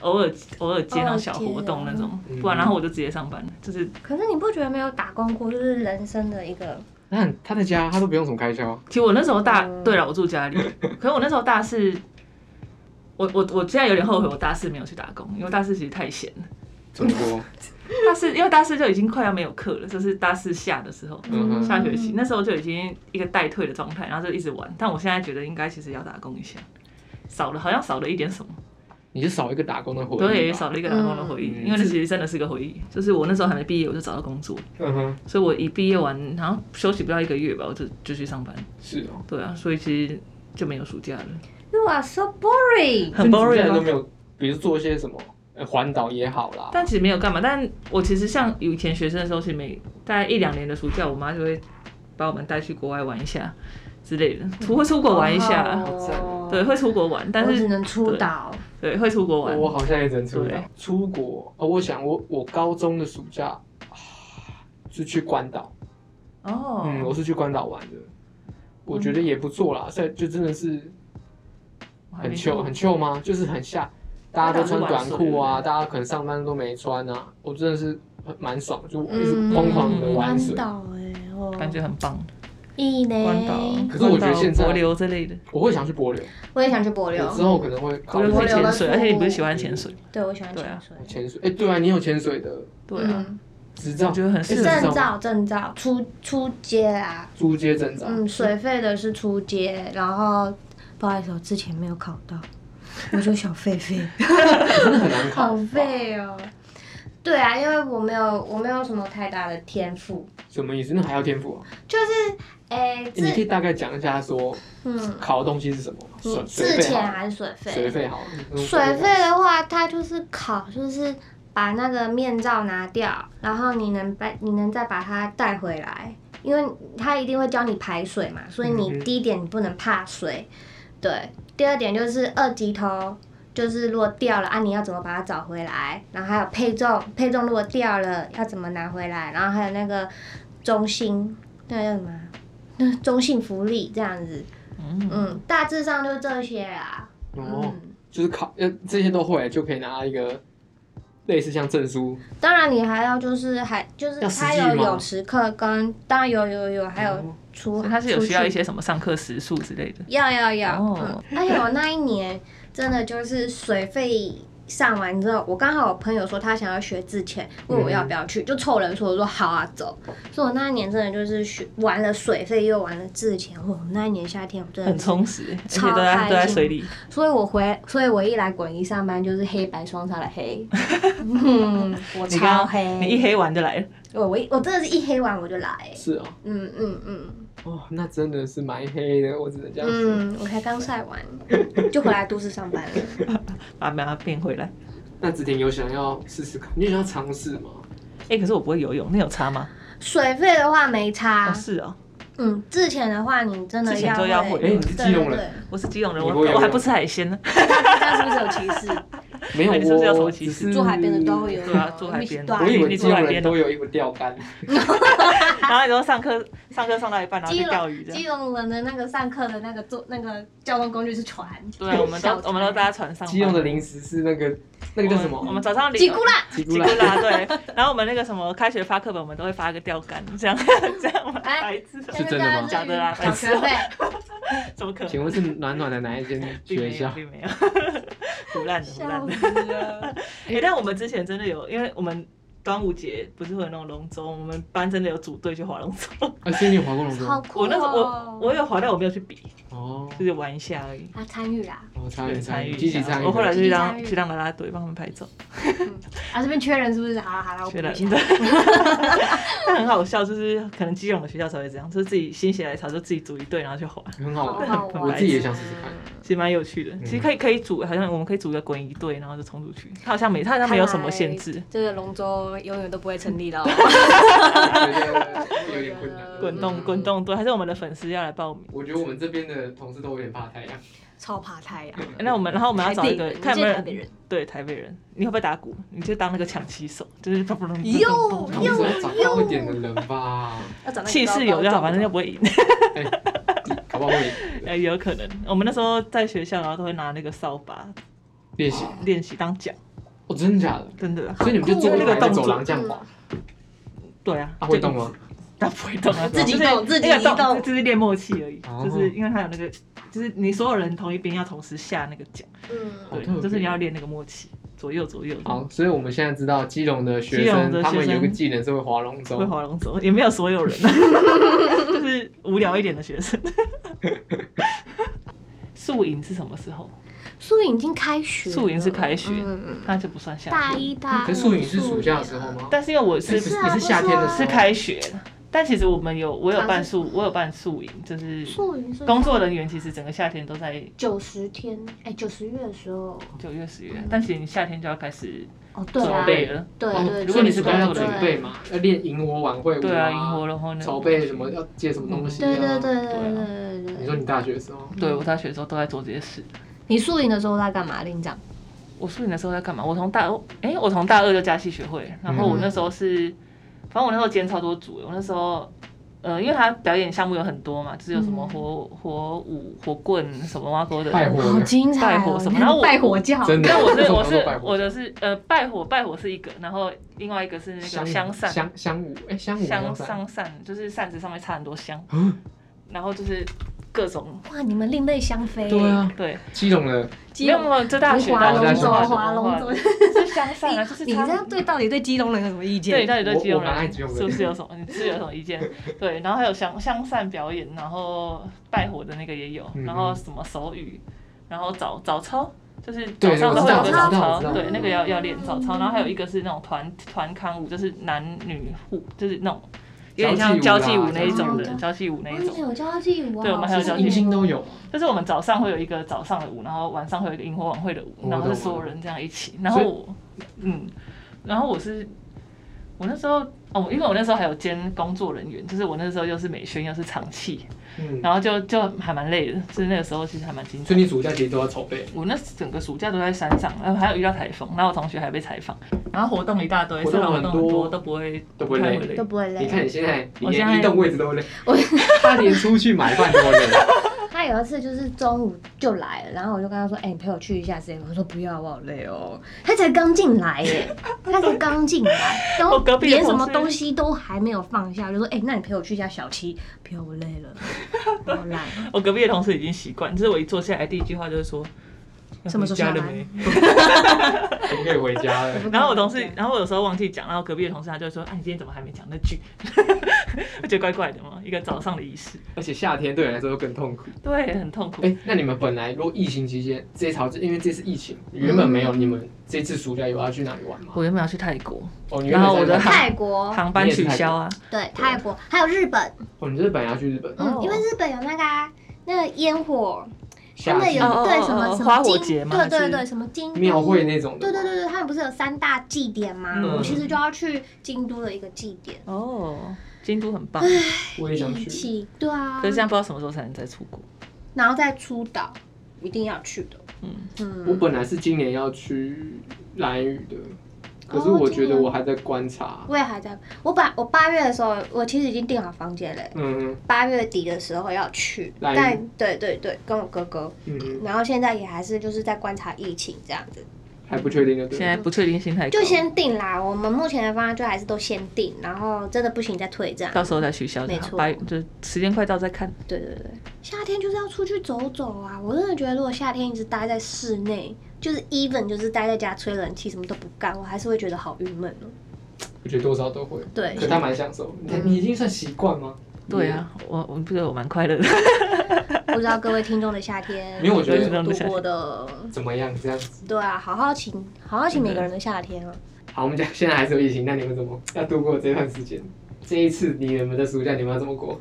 Speaker 2: 偶尔偶尔接那种小活动那种
Speaker 1: 嗯，
Speaker 2: 不然然后我就直接上班了，就是
Speaker 3: 可是你不觉得没有打工过就是人生的一个？
Speaker 1: 那很他在家他都不用什么开销，
Speaker 2: 其实我那时候大，
Speaker 3: 嗯
Speaker 2: 对了，我住 家里，可是我那时候大四，我我我现在有点后悔，我大四没有去打工，因为大四其实太闲了。
Speaker 1: 怎 么说？
Speaker 2: 大四因为大四就已经快要没有课了，就是大四下的时候，
Speaker 1: 嗯哼
Speaker 2: 下学期那时候就已经一个待退的状态，然后就一直玩。但我现在觉得应该其实要打工一下，少了好像少了一点什么，
Speaker 1: 你就少一个打工的活，
Speaker 2: 对，也少。了一个打工的回忆，
Speaker 1: 嗯
Speaker 2: 因为那其实真的是个回忆。就是我那时候还没毕业，我就找到工作，
Speaker 1: 嗯哼，
Speaker 2: 所以我一毕业完，然后休息不到一个月吧，我就就去上班。
Speaker 1: 是哦，
Speaker 2: 对啊，所以其实就没有暑假了。
Speaker 3: You are so boring。
Speaker 2: 很 boring
Speaker 1: 甚至
Speaker 2: 啊
Speaker 1: 都没有，比如做些什么呃环岛也好啦，
Speaker 2: 但其实没有干嘛。但我其实像以前学生的时候，其实每大概一两年的暑假，我妈就会把我们带去国外玩一下之类的，出会出国玩一下，
Speaker 1: 哦
Speaker 2: 对，会出国玩，但
Speaker 3: 我只
Speaker 2: 是
Speaker 3: 能出岛，
Speaker 2: 对会出国玩，
Speaker 1: 我好像也只能出岛
Speaker 2: 对
Speaker 1: 出国哦。我想我我高中的暑假啊是去关岛，
Speaker 2: 哦，嗯
Speaker 1: 嗯，我是去关岛玩的，我觉得也不错啦。在就真的是
Speaker 2: 我还
Speaker 1: 很
Speaker 2: 没去过
Speaker 1: 秀很秀吗？就是很下，大家都穿短裤啊，大家可能上班都没穿啊。我真的是很蛮爽，就我一直疯狂的玩
Speaker 3: 关
Speaker 1: 水。
Speaker 3: 岛哎，我
Speaker 2: 感觉很棒，
Speaker 3: 异
Speaker 2: 关岛
Speaker 3: 嘞，，
Speaker 1: 可是我觉得
Speaker 2: 关岛
Speaker 1: 现在
Speaker 2: 帛流之类的，
Speaker 1: 我会想去帛琉，
Speaker 3: 我也想去帛
Speaker 1: 我之
Speaker 3: 琉，
Speaker 1: 后可能会考
Speaker 2: 帛
Speaker 1: 虑
Speaker 2: 流可以
Speaker 3: 帛琉
Speaker 2: 潜
Speaker 3: 跟
Speaker 2: 水，
Speaker 3: 富
Speaker 2: 而且你不是喜欢潜水？
Speaker 3: 对我喜欢
Speaker 2: 对啊
Speaker 3: 潜水，
Speaker 1: 潜水。哎，对啊，你有潜水的
Speaker 2: 对啊，
Speaker 3: 嗯
Speaker 1: 执照，
Speaker 2: 我觉得很适
Speaker 1: 诶
Speaker 2: 合
Speaker 1: 是
Speaker 3: 证
Speaker 1: 执照吗
Speaker 3: 照证照出出街啊，
Speaker 1: 租借证
Speaker 2: 哦
Speaker 1: 照。
Speaker 3: 嗯，水费的是出街，然后不好意思，我之前没有考到，我就小 狒狒，
Speaker 1: 真的很难考，
Speaker 3: 好废哦。对啊，因为我没有我没有什么太大的天赋，
Speaker 1: 什么意思？那还要天赋、啊？
Speaker 3: 就是哎、
Speaker 1: 诶你可
Speaker 3: 之
Speaker 1: 以大概讲一下说
Speaker 3: 嗯，
Speaker 1: 考的东西是什么吗？
Speaker 3: 你
Speaker 1: 水水
Speaker 3: 之
Speaker 1: 费
Speaker 3: 前
Speaker 1: 好了，
Speaker 3: 还是啊水
Speaker 1: 水
Speaker 3: 费，
Speaker 1: 费好了，嗯
Speaker 3: 水费的话，它就是考，就是把那个面罩拿掉，然后你能把你能再把它带回来，因为它一定会教你排水嘛，所以
Speaker 1: 嗯
Speaker 3: 你
Speaker 1: 哼
Speaker 3: 第一点你不能怕水，对，第二点就是二级头。就是如果掉了啊，你要怎么把它找回来？然后还有配重，配重如果掉了要怎么拿回来？然后还有那个中心，那叫什么啊？ 那中性福利这样子，
Speaker 2: 嗯，
Speaker 3: 嗯，大致上就这些啦。
Speaker 1: 哦，
Speaker 3: 嗯
Speaker 1: 就是考要这些都会就可以拿一个类似像证书，
Speaker 3: 当然，你还要就是还就是
Speaker 1: 要实
Speaker 3: 它
Speaker 1: 际
Speaker 3: 有
Speaker 1: 吗
Speaker 3: 有时刻跟，当然有有有，还有
Speaker 1: 哦
Speaker 3: 出
Speaker 2: 它是有需要一
Speaker 3: 出去
Speaker 2: 些什么上课时数之类的，
Speaker 3: 要要要，
Speaker 2: 哦
Speaker 3: 嗯，而且我那一年真的就是水费上完之后，我刚好我朋友说他想要学自潜，问
Speaker 2: 嗯
Speaker 3: 我要不要去，就凑人说我说好啊走，所以我那一年真的就是学玩了水费又玩了自潜，哇，那一年夏天我真
Speaker 2: 很
Speaker 3: 的是，
Speaker 2: 充实，而且
Speaker 3: 超
Speaker 2: 都在
Speaker 3: 开
Speaker 2: 都在
Speaker 3: 心
Speaker 2: 水里，
Speaker 3: 所以我回，所以我一来滚一上班就是黑白双杀的 黑，嗯，我
Speaker 2: 你刚
Speaker 3: 超黑，
Speaker 2: 你一黑完就来了，
Speaker 3: 我我一我真的是一黑完我就来，
Speaker 1: 是啊，
Speaker 3: 嗯嗯嗯
Speaker 1: 哦，那真的是蛮黑的，我只能这样说。
Speaker 3: 嗯，我才刚晒完就回来都市上班了。
Speaker 2: 把把它变回来。
Speaker 1: 那子婷有想要试试看，你有想要尝试吗？
Speaker 2: 哎，可是我不会游泳，那有差吗？
Speaker 3: 水费的话没差
Speaker 2: 哦，，是哦，
Speaker 3: 嗯，之前的话你真的
Speaker 2: 之前就要
Speaker 3: 要
Speaker 2: 会
Speaker 1: 哎，你是
Speaker 3: 对
Speaker 1: 基隆
Speaker 3: 对
Speaker 1: 人，
Speaker 2: 我是基隆人，
Speaker 1: 你
Speaker 2: 我
Speaker 1: 不会游
Speaker 2: 我还
Speaker 1: 泳
Speaker 2: 不吃海鲜 呢。
Speaker 3: 对大家是不是有歧视？
Speaker 1: 没
Speaker 2: 哎那你是不是要
Speaker 1: 有
Speaker 2: 什么
Speaker 1: 我，
Speaker 2: 歧
Speaker 1: 只
Speaker 2: 视
Speaker 1: 是
Speaker 3: 住海边的都会有，
Speaker 2: 对啊住海边的
Speaker 1: 我以为
Speaker 2: 你
Speaker 1: 基
Speaker 2: 住海
Speaker 1: 隆
Speaker 2: 边
Speaker 1: 人
Speaker 2: 的哦
Speaker 1: 都有一个钓竿，
Speaker 2: 然后你说上课上课上到一半，然后
Speaker 3: 基
Speaker 2: 去
Speaker 3: 隆
Speaker 2: 钓鱼这样。
Speaker 3: 基隆人的那个上课的那个坐那个交通工具是船，
Speaker 2: 对啊，我们都
Speaker 3: 小船
Speaker 2: 我们都搭船上班。
Speaker 1: 基隆的零食是那个那个叫什么？
Speaker 2: 我们我们早上
Speaker 3: 吉古拉，
Speaker 1: 吉
Speaker 2: 吉古
Speaker 1: 古拉，
Speaker 2: 拉对，然后我们那个什么开学发课本，我们都会发个钓竿，这样 这样嘛，
Speaker 3: 哎
Speaker 2: 白痴哦，
Speaker 1: 是真的吗
Speaker 2: 假的啦啊白
Speaker 3: 小
Speaker 2: 痴
Speaker 3: 学费，
Speaker 2: 怎么可能？
Speaker 1: 请问是暖暖的哪一间
Speaker 2: 并
Speaker 1: 学
Speaker 2: 没有，
Speaker 1: 校？
Speaker 2: 并没有，胡乱的，胡
Speaker 3: 笑
Speaker 2: 乱的。
Speaker 3: 死了。
Speaker 2: 哎，但我们之前真的有，因为我们端午节不是会有那种龙舟，我们班真的有组队去划龙舟。
Speaker 1: 啊，今年华工龙
Speaker 3: 好
Speaker 1: 舟
Speaker 3: 酷哦！
Speaker 2: 我那时候我我有划，但我没有去比，
Speaker 1: 哦，
Speaker 2: 就是玩一下而已。
Speaker 3: 啊参与啦，
Speaker 1: 我参
Speaker 2: 对
Speaker 1: 与
Speaker 2: 参与
Speaker 1: 积极
Speaker 2: 一下
Speaker 1: 参与。
Speaker 2: 我后来就去
Speaker 3: 积
Speaker 2: 当
Speaker 3: 极参与
Speaker 2: 去当啦啦队，帮他们拍照，
Speaker 3: 啊这边缺人是不是？好了好了，我补
Speaker 2: 觉得
Speaker 3: 一
Speaker 2: 对
Speaker 3: 下。。
Speaker 2: 但很好笑，就是可能基隆的学校才会这样，就是自己心血来潮就自己组一队，然后去划，
Speaker 1: 很好玩，
Speaker 3: 好好玩
Speaker 1: 我自己也想试试看。
Speaker 2: 其实蛮有趣的。其实可以可以组，好像我们可以组个滚一队，然后就冲出去。它好像没它好像没有什么限制，
Speaker 3: 这个龙舟永远都不会成立 的、哦。
Speaker 1: 我觉得有点困难。
Speaker 2: 滚动滚动队，还是我们的粉丝要来报名。
Speaker 1: 我觉得我们这边的同事都有点怕太阳，
Speaker 3: 超怕太阳。
Speaker 2: 那我们，然后我们要找一个
Speaker 3: 台
Speaker 2: 看
Speaker 3: 北人
Speaker 2: 有没有
Speaker 3: 你是台北人
Speaker 2: 对台北人，你会不会打鼓？你就当那个抢旗手，就是砰砰砰砰砰
Speaker 3: 哟
Speaker 1: 他
Speaker 2: 砰
Speaker 1: 们
Speaker 2: 砰
Speaker 1: 是要找高一点的人吧，
Speaker 3: 要找那个
Speaker 2: 气势有就好，反正就不会赢。
Speaker 1: 搞不好 会
Speaker 2: 呃，有可能。我们那时候在学校，然啊后都会拿那个扫把
Speaker 1: 练习。
Speaker 2: 练习当奖，
Speaker 1: 哦，真的假的？
Speaker 2: 真的。
Speaker 1: 所以你们就坐
Speaker 2: 啊那个
Speaker 1: 在
Speaker 2: 动作
Speaker 1: 走廊这样滑，
Speaker 2: 对啊，
Speaker 1: 嗯他会动？吗？
Speaker 2: 他不会动啊，
Speaker 3: 自己
Speaker 2: 就是
Speaker 3: 动自己
Speaker 2: 那个
Speaker 3: 移动
Speaker 2: 就是练默契而已。
Speaker 1: 哦
Speaker 2: 就是因为他有那个，就是你所有人同一边要同时下那个奖，
Speaker 3: 嗯，
Speaker 1: 好
Speaker 2: 对
Speaker 1: 特别，哦
Speaker 2: 就是你要练那个默契，左右左右。
Speaker 1: 好，所以我们现在知道基隆的学
Speaker 2: 基隆
Speaker 1: 生，
Speaker 2: 的学生
Speaker 1: 他们有个技能是会划龙
Speaker 2: 会
Speaker 1: 舟。
Speaker 2: 划龙 舟，也没有所有人，啊就是无聊一点的学生。 宿营是什么时候？
Speaker 3: 宿营已经开学了，
Speaker 2: 宿营是开学
Speaker 3: 嗯嗯嗯
Speaker 2: 那就不算夏
Speaker 3: 大
Speaker 2: 天。
Speaker 3: 一大二。
Speaker 1: 嗯可是宿营是暑假的时候吗？
Speaker 2: 但是因为我是
Speaker 1: 你
Speaker 3: 是
Speaker 1: 是
Speaker 3: 啊
Speaker 1: 你夏天的时候
Speaker 2: 是开学，但其实我们有我有办宿，我有办宿营，就是
Speaker 3: 宿营是
Speaker 2: 工作人员其实整个夏天都在
Speaker 3: 九十天，哎、九十月的时候，
Speaker 2: 九月十月，但其实你夏天就要开始
Speaker 3: 哦，对
Speaker 2: 筹
Speaker 3: 啊，
Speaker 2: 备了。
Speaker 3: 对
Speaker 1: 哦
Speaker 3: 对，
Speaker 1: 如果你是
Speaker 3: 对
Speaker 1: 光要
Speaker 3: 对
Speaker 1: 准备嘛，要练萤火晚会舞
Speaker 2: 对啊，
Speaker 1: 啊，
Speaker 2: 英国，然后呢？
Speaker 1: 筹备什么要借什么东西啊？
Speaker 3: 嗯对对
Speaker 2: 对
Speaker 3: 对对
Speaker 2: 啊
Speaker 3: 对对对
Speaker 1: 你
Speaker 3: 对
Speaker 1: 说你大学的时候，
Speaker 2: 对我大学的时候都在做这些事。
Speaker 3: 你宿营的时候在干嘛？林长，
Speaker 2: 我宿营的时候在干嘛？我从大哎、我从大二就加戏学会，然后我那时候是，反正我那时候兼超多组，欸我那时候。呃，因为他表演项目有很多嘛，就是有什么
Speaker 3: 嗯
Speaker 2: 火火舞、火棍什么挖沟的，
Speaker 1: 拜火
Speaker 3: 好精彩
Speaker 2: 拜
Speaker 3: 哦
Speaker 2: 火！什么
Speaker 3: 你
Speaker 2: 然后我
Speaker 3: 拜火教，
Speaker 1: 真的
Speaker 2: 但我是我
Speaker 1: 为什么都拜
Speaker 2: 是
Speaker 1: 火
Speaker 2: 我的是呃拜火拜火是一个，然后另外一个是那个香
Speaker 1: 香
Speaker 2: 扇
Speaker 1: 香香舞，哎，香舞
Speaker 2: 香
Speaker 1: 伞，
Speaker 2: 香扇，就是扇子上面插很多香
Speaker 1: 嗯，
Speaker 2: 然后就是各种
Speaker 3: 哇，你们另类相飞，
Speaker 1: 对，啊，
Speaker 2: 对，
Speaker 1: 基隆的
Speaker 2: 没有没有，这大学
Speaker 3: 华
Speaker 1: 大
Speaker 3: 龙
Speaker 1: 学
Speaker 3: 舟，
Speaker 1: 大学
Speaker 3: 华龙舟
Speaker 2: 中，，是香扇啊， 就是
Speaker 3: 你
Speaker 2: 插
Speaker 3: 这样对到底对基隆人有什么意见？
Speaker 2: 对，到底对
Speaker 1: 我
Speaker 2: 基隆
Speaker 1: 我蛮爱
Speaker 2: 人
Speaker 1: 基隆人
Speaker 2: 是不是有什么？你是有什么意见？对，然后还有香香扇表演，然后拜火的那个也有，
Speaker 1: 嗯
Speaker 2: 然后什么手语，然后早早操，就是
Speaker 1: 对
Speaker 2: 早上都会有个
Speaker 3: 我知
Speaker 2: 早
Speaker 3: 道
Speaker 1: 我知道我
Speaker 2: 操，
Speaker 1: 知道
Speaker 2: 对，那个要要练早操，然后还有一个是那种团团康舞，就是男女互，就是那种有点像交
Speaker 1: 交
Speaker 2: 际
Speaker 1: 际舞
Speaker 2: 舞
Speaker 1: 啦
Speaker 2: 那一种的
Speaker 3: 交际
Speaker 2: 交际舞
Speaker 3: 舞
Speaker 2: 那
Speaker 3: 我
Speaker 2: 一
Speaker 3: 以前
Speaker 2: 种。
Speaker 3: 有教记舞啊，
Speaker 2: 对我们还有交
Speaker 1: 是
Speaker 2: 际
Speaker 1: 迎
Speaker 2: 舞
Speaker 1: 新都有啊，
Speaker 2: 就是我们早上会有一个早上的舞，然后晚上会有一个萤火晚会的舞，
Speaker 1: 我
Speaker 2: 然后是
Speaker 1: 懂
Speaker 2: 所有
Speaker 1: 我懂
Speaker 2: 人这样一起。然后我，嗯，然后我是，我那时候哦，因为我那时候还有兼工作人员，就是我那时候又是美宣又是场气，
Speaker 1: 嗯，
Speaker 2: 然后就就还蛮累的，就是那个时候其实还蛮精彩
Speaker 1: 所以。你暑假其实都要筹备，
Speaker 2: 我那整个暑假都在山上，然后还有遇到台风，然后我同学还被采访，然后活动一大堆，
Speaker 1: 活动
Speaker 2: 社团活
Speaker 1: 很
Speaker 2: 动很
Speaker 1: 多
Speaker 2: 多都不会
Speaker 1: 都不会
Speaker 2: 太
Speaker 1: 累
Speaker 3: 都不会累。啊
Speaker 1: 你看你现在你
Speaker 2: 我现在
Speaker 1: 连移动位置都累
Speaker 3: 我，
Speaker 1: 他连出去买饭都累，
Speaker 3: 他有一次就是中午就来了，然后我就跟他说：“哎、你陪我去一下之类的。”我说：“不要，我好累哦。”他才刚进来耶， 他才刚进来，然后
Speaker 2: 我隔壁的
Speaker 3: 连什
Speaker 2: 同
Speaker 3: 么
Speaker 2: 事
Speaker 3: 东西都还没有放下，就说：“哎、那你陪我去一下小七。”不要，我累 了，我好懒。啊
Speaker 2: 我隔壁的同事已经习惯，就是我一坐下来第一句话就是说，
Speaker 3: 什么时候
Speaker 2: 要
Speaker 3: 下
Speaker 2: 回家了
Speaker 3: 班
Speaker 2: 没？？
Speaker 1: 你可以回家了。
Speaker 2: 然后我同
Speaker 3: 嗯
Speaker 2: 事，然后我有时候忘记讲，然后隔壁的同事他就会说：“啊，你今天怎么还没讲那句？” 我觉得怪怪的嘛，一个早上的仪式，
Speaker 1: 而且夏天对你来说更痛苦。
Speaker 2: 对，很痛苦。
Speaker 1: 哎、那你们本来如果疫情期间这一潮，因为这次疫情原本没有，你们这次暑假有要去哪里玩吗？
Speaker 2: 我原本要去泰国，
Speaker 3: 嗯
Speaker 1: 哦，你原
Speaker 2: 然
Speaker 1: 本
Speaker 2: 后我
Speaker 1: 在
Speaker 2: 的
Speaker 1: 哪里
Speaker 3: 泰国
Speaker 2: 航班取消啊，
Speaker 3: 对泰国还有日本，
Speaker 1: 哦，你日本要去日本，
Speaker 2: 哦
Speaker 3: 嗯，因为日本有那个、啊、那个烟火，他
Speaker 1: 夏
Speaker 3: 们
Speaker 1: 季
Speaker 3: 有
Speaker 2: 哦哦
Speaker 3: 对
Speaker 2: 哦
Speaker 3: 什么什么
Speaker 2: 花火
Speaker 3: 京
Speaker 2: 节吗
Speaker 3: 对
Speaker 2: 还
Speaker 3: 对
Speaker 2: 是
Speaker 3: 对，什么京都
Speaker 1: 庙会那种的
Speaker 3: 对
Speaker 1: 吗，
Speaker 3: 对对对，他们不是有三大祭典吗？
Speaker 1: 嗯
Speaker 3: 我其实就要去京都的一个祭典，
Speaker 2: 哦，京都很棒，
Speaker 1: 我也想
Speaker 3: 一
Speaker 1: 去。
Speaker 3: 起对啊
Speaker 2: 可，是现在不知道什么时候才能再出国。
Speaker 3: 然后再出岛，一定要去的。
Speaker 2: 嗯，
Speaker 1: 我
Speaker 3: 嗯，
Speaker 1: 本来是今年要去兰屿的，
Speaker 3: 哦
Speaker 1: 可是我觉得我还在观察。
Speaker 3: 我也还在，我把我八月的时候，我其实已经订好房间嘞，
Speaker 1: 嗯
Speaker 3: 八月底的时候要去，
Speaker 1: 来
Speaker 3: 但对对对，跟我哥哥，
Speaker 1: 嗯，
Speaker 3: 然后现在也还是就是在观察疫情这样子，
Speaker 1: 还不确定的。对
Speaker 2: 现在不确定性太高，
Speaker 3: 就先定啦。我们目前的方案就还是都先定，然后真的不行再退这样。
Speaker 2: 到时候再取消就
Speaker 3: 没
Speaker 2: 好，
Speaker 3: 错
Speaker 2: 八月就时间快到再看。
Speaker 3: 对对对，夏天就是要出去走走啊！我真的觉得，如果夏天一直待在室内，就是 even 就是待在家吹冷气，什么都不干，我还是会觉得好郁闷哦。
Speaker 1: 我觉得多少都会，
Speaker 3: 对
Speaker 1: 可他蛮享受。你你已经算习惯吗？
Speaker 2: 嗯对啊，我我不觉得我蛮快乐的，
Speaker 3: 不知道各位听众的夏天，
Speaker 1: 因为我觉得
Speaker 3: 度过的，
Speaker 1: 你怎么样？这样子。
Speaker 3: 对啊，好好奇，好好奇每个人的夏天啊。
Speaker 1: 好，我们讲现在还是有疫情，那你们怎么要度过这段时间？这一次你们的暑假你们要怎么过？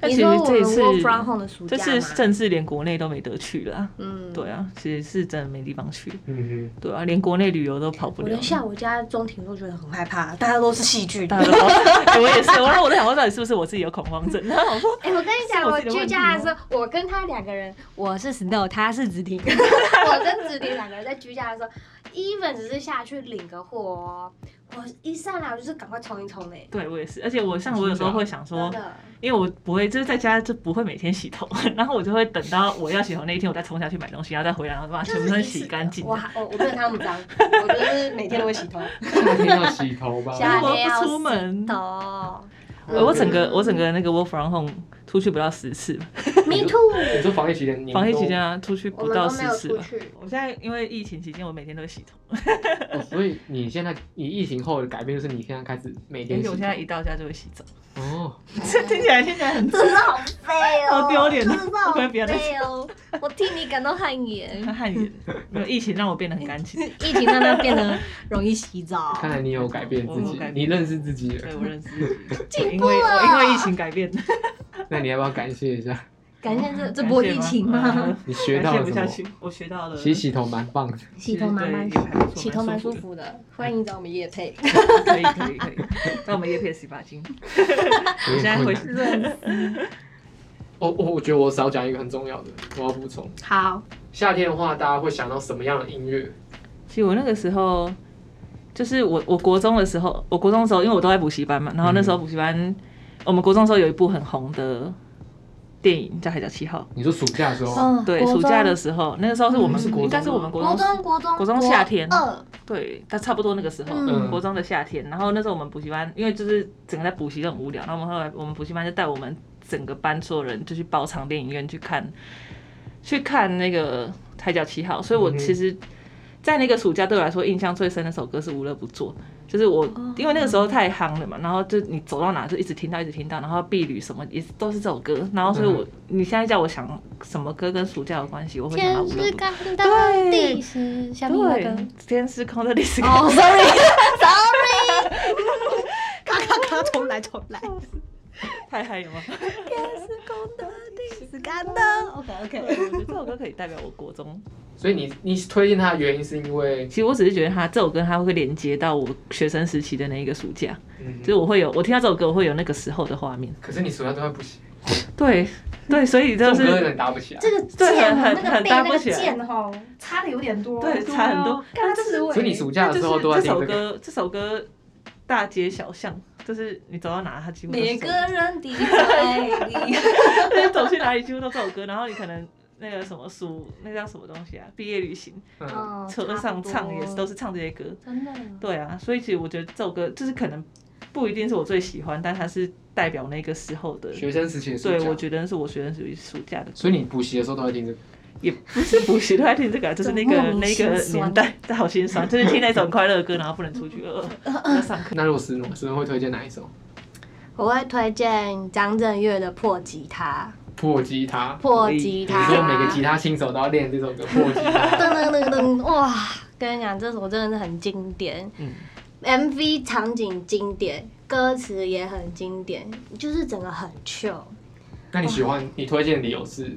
Speaker 2: 但
Speaker 3: 你
Speaker 2: 其实
Speaker 3: 说我
Speaker 2: 这一
Speaker 3: 们
Speaker 2: 次
Speaker 3: work from home 的暑
Speaker 2: 这
Speaker 3: 假
Speaker 2: 次
Speaker 3: 嘛，
Speaker 2: 甚至连国内都没得去了啊。
Speaker 3: 嗯，
Speaker 2: 对。啊，其实是真的没地方去。
Speaker 1: 嗯
Speaker 2: 对啊，连国内旅游都跑不
Speaker 3: 我
Speaker 2: 了
Speaker 3: 连。下我家中庭都觉得很害怕，大家都是戏剧的。
Speaker 2: 大家都跑欸我也 是，然后我在想说，到底是不是我自己有恐慌症？然后我说，
Speaker 3: 哎、我跟你讲，
Speaker 2: 是我
Speaker 3: 我
Speaker 2: 自己的
Speaker 3: 去
Speaker 2: 问题
Speaker 3: 家的
Speaker 2: 吗
Speaker 3: 时候，我跟他两个人，我是 Snow，他是子婷， 我跟子婷两个人在居家的时候，even 只是下去领个货哦，我一上来我就是赶快冲一冲嘞、
Speaker 2: 对我也是，而且我像我有时候会想
Speaker 3: 真
Speaker 2: 说，
Speaker 3: 的，
Speaker 2: 因为我不会就是在家就不会每天洗头， 然后我就会等到我要洗头那一天，我再冲下去买东西，然后再回来，然后把全部都洗干净。
Speaker 3: 我
Speaker 2: 哇，
Speaker 3: 还我我没有他们脏， 我就是每天都会洗头，
Speaker 1: 哼，夏天要洗头吧。
Speaker 3: 夏
Speaker 2: 我
Speaker 3: 天要
Speaker 2: 不出门
Speaker 3: 洗头哦
Speaker 2: 我我整个我整个那个 work from home 出去不到十次吧，
Speaker 3: ，Me too，
Speaker 1: 你说防疫期间，你们
Speaker 2: 防疫
Speaker 1: 都
Speaker 2: 期间啊，出去
Speaker 3: 我
Speaker 2: 不
Speaker 3: 们
Speaker 2: 到
Speaker 3: 都
Speaker 2: 十
Speaker 3: 没有
Speaker 2: 次
Speaker 3: 出
Speaker 2: 吧。
Speaker 3: 去，
Speaker 2: 我现在因为疫情期间，我每天都会洗头，
Speaker 1: 哦，所以你现在你疫情后的改变就是你现在开始每
Speaker 2: 而
Speaker 1: 天洗
Speaker 2: 且
Speaker 1: 头。
Speaker 2: 哎我现在一到家就会洗澡，
Speaker 1: 哦，
Speaker 2: 听起来听起来很
Speaker 3: 真的好废哦，
Speaker 2: 好丢脸哦
Speaker 3: 真的
Speaker 2: 我
Speaker 3: 好
Speaker 2: 可以不要再
Speaker 3: 废哦，我替你感到汗颜。
Speaker 2: 汗颜，没有疫情让我变得很干净。
Speaker 3: 疫情让他变得容易洗澡，
Speaker 1: 看来你有改变自
Speaker 2: 我有
Speaker 1: 己
Speaker 2: 改，变
Speaker 1: 你认识自己了。
Speaker 2: 对我认识自己，因为我因为疫情改变的。
Speaker 1: 那你要不要感谢一下？
Speaker 3: 感谢这这波疫情嘛，
Speaker 2: 嗯
Speaker 1: 你学到
Speaker 2: 感
Speaker 1: 了
Speaker 2: 谢不
Speaker 1: 什
Speaker 2: 下
Speaker 1: 么？
Speaker 2: 去，我学到了。
Speaker 1: 其实洗头蛮棒的，
Speaker 3: 洗头蛮蛮
Speaker 2: 对也还不错
Speaker 3: 洗头蛮舒
Speaker 2: 蛮舒
Speaker 3: 服的，欢迎找我们叶配。
Speaker 2: 可以可以可以，那我们叶片洗发精。
Speaker 1: 有
Speaker 2: 现在
Speaker 1: 点困
Speaker 2: 回
Speaker 1: 难。
Speaker 2: 去
Speaker 1: 哦，我我觉得我少讲一个很重要的，我要补充。
Speaker 3: 好，
Speaker 1: 夏天的话，大家会想到什么样的音乐？
Speaker 2: 其实我那个时候，就是我我国中的时候，我国中的时候，因为我都在补习班嘛，然后那
Speaker 1: 嗯
Speaker 2: 时候补习班，我们国中的时候有一部很红的电影叫《海角七号
Speaker 1: 你说暑假的时候，
Speaker 3: 嗯》，，
Speaker 2: 哦对，
Speaker 3: 国
Speaker 2: 暑
Speaker 3: 中
Speaker 2: 假的时候，那个时候是我们
Speaker 1: 嗯是国中
Speaker 2: 应该是我们国
Speaker 3: 国
Speaker 2: 中，
Speaker 3: 中国中
Speaker 2: 国中夏天
Speaker 3: 二，
Speaker 2: 对，但差不多那个时候，
Speaker 1: 嗯
Speaker 2: 国中的夏天，然后那时候我们补习班，因为就是整个在补习都很无聊，然后我们后来我们补习班就带我们整个班所有人就去包场电影院去看，去看那个《海角七号》，所以我
Speaker 1: 嗯哼
Speaker 2: 其实，在那个暑假对我来说印象最深的首歌是《无乐不作》，就是我
Speaker 3: 哦
Speaker 2: 因为那个时候太夯了嘛，然后就你走到哪就一直听到，一直听到，然后婢女什么也是都是这首歌，然后所以我、
Speaker 1: 嗯
Speaker 2: 你现在叫我想什么歌跟暑假有关系，我会想到《
Speaker 3: 天
Speaker 2: 无乐
Speaker 3: 是
Speaker 2: 不作》。
Speaker 3: 干的，
Speaker 2: 对
Speaker 3: 地是下面那
Speaker 2: 对
Speaker 3: 个。，
Speaker 2: 天是空的历史课。
Speaker 3: 哦，sorry，sorry，咔咔咔，重来重来。
Speaker 2: 太嗨了吗？
Speaker 3: 天是空的，地是干的。OK
Speaker 2: 我
Speaker 3: OK。
Speaker 2: 觉得这首歌可以代表我国中。
Speaker 1: 所以你你推荐它的原因是因为，
Speaker 2: 其实我只是觉得它这首歌，它会连接到我学生时期的那一个暑假，
Speaker 1: 嗯
Speaker 2: 就，是我会有我听到这首歌，我会有那个时候的画面。
Speaker 1: 可是你暑假都快不行，
Speaker 2: 对对，所以
Speaker 1: 这
Speaker 2: 就
Speaker 1: 首歌有
Speaker 2: 是
Speaker 1: 点搭不起来。
Speaker 3: 这个
Speaker 2: 对
Speaker 3: 剑啊，
Speaker 2: 很
Speaker 3: 那
Speaker 2: 很
Speaker 3: 个背
Speaker 2: 搭
Speaker 3: 那
Speaker 2: 不
Speaker 3: 个
Speaker 2: 起来啊
Speaker 3: 剑哈，差的有点多。
Speaker 2: 对差很多。
Speaker 3: 干它刺猬。
Speaker 1: 所以你暑假的时候都
Speaker 2: 就是
Speaker 1: 在
Speaker 2: 这
Speaker 1: 听
Speaker 2: 首
Speaker 1: 这个。
Speaker 2: 歌，这首歌大街小巷，就是你走到哪，它几乎都
Speaker 3: 每
Speaker 2: 是这
Speaker 3: 个
Speaker 2: 首歌
Speaker 3: 人的爱 里。
Speaker 2: 对走去哪里几乎都这首歌。然后你可能那个什么书，那叫什么东西啊？毕业旅行，
Speaker 1: 嗯，
Speaker 3: 哦
Speaker 2: 车上唱也是都。是唱这些歌。
Speaker 3: 差不多真的。
Speaker 2: 对啊，所以其实我觉得这首歌就是可能不一定是我最喜欢，但它是代表那个时候
Speaker 3: 嗯
Speaker 2: 的。
Speaker 1: 学生时期的暑
Speaker 2: 对，我
Speaker 1: 假。
Speaker 2: 觉得是我学生属于暑假的，
Speaker 1: 所以你补习的时候都在听这个。
Speaker 2: 也不是补习都在听这个啊，就是那
Speaker 3: 怎
Speaker 2: 个
Speaker 3: 么
Speaker 2: 那
Speaker 3: 心
Speaker 2: 个
Speaker 3: 酸
Speaker 2: 年代，好心酸，就是听那种快乐的歌，然后不能出去，呃，要上课。
Speaker 1: 那如果是我，是会推荐哪一首？
Speaker 3: 我会推荐张震岳的《破吉他
Speaker 1: 破吉他》，。
Speaker 3: 破吉
Speaker 1: 你
Speaker 3: 他。
Speaker 1: 说每个吉他新手都要练这 首歌破吉他。
Speaker 3: 噔噔噔噔，哇！跟你讲，这首真的是很经典、
Speaker 2: 嗯
Speaker 3: m v 场景经典，歌词也很经典，就是整个很 chill。
Speaker 1: 那你喜欢你推荐的理由是？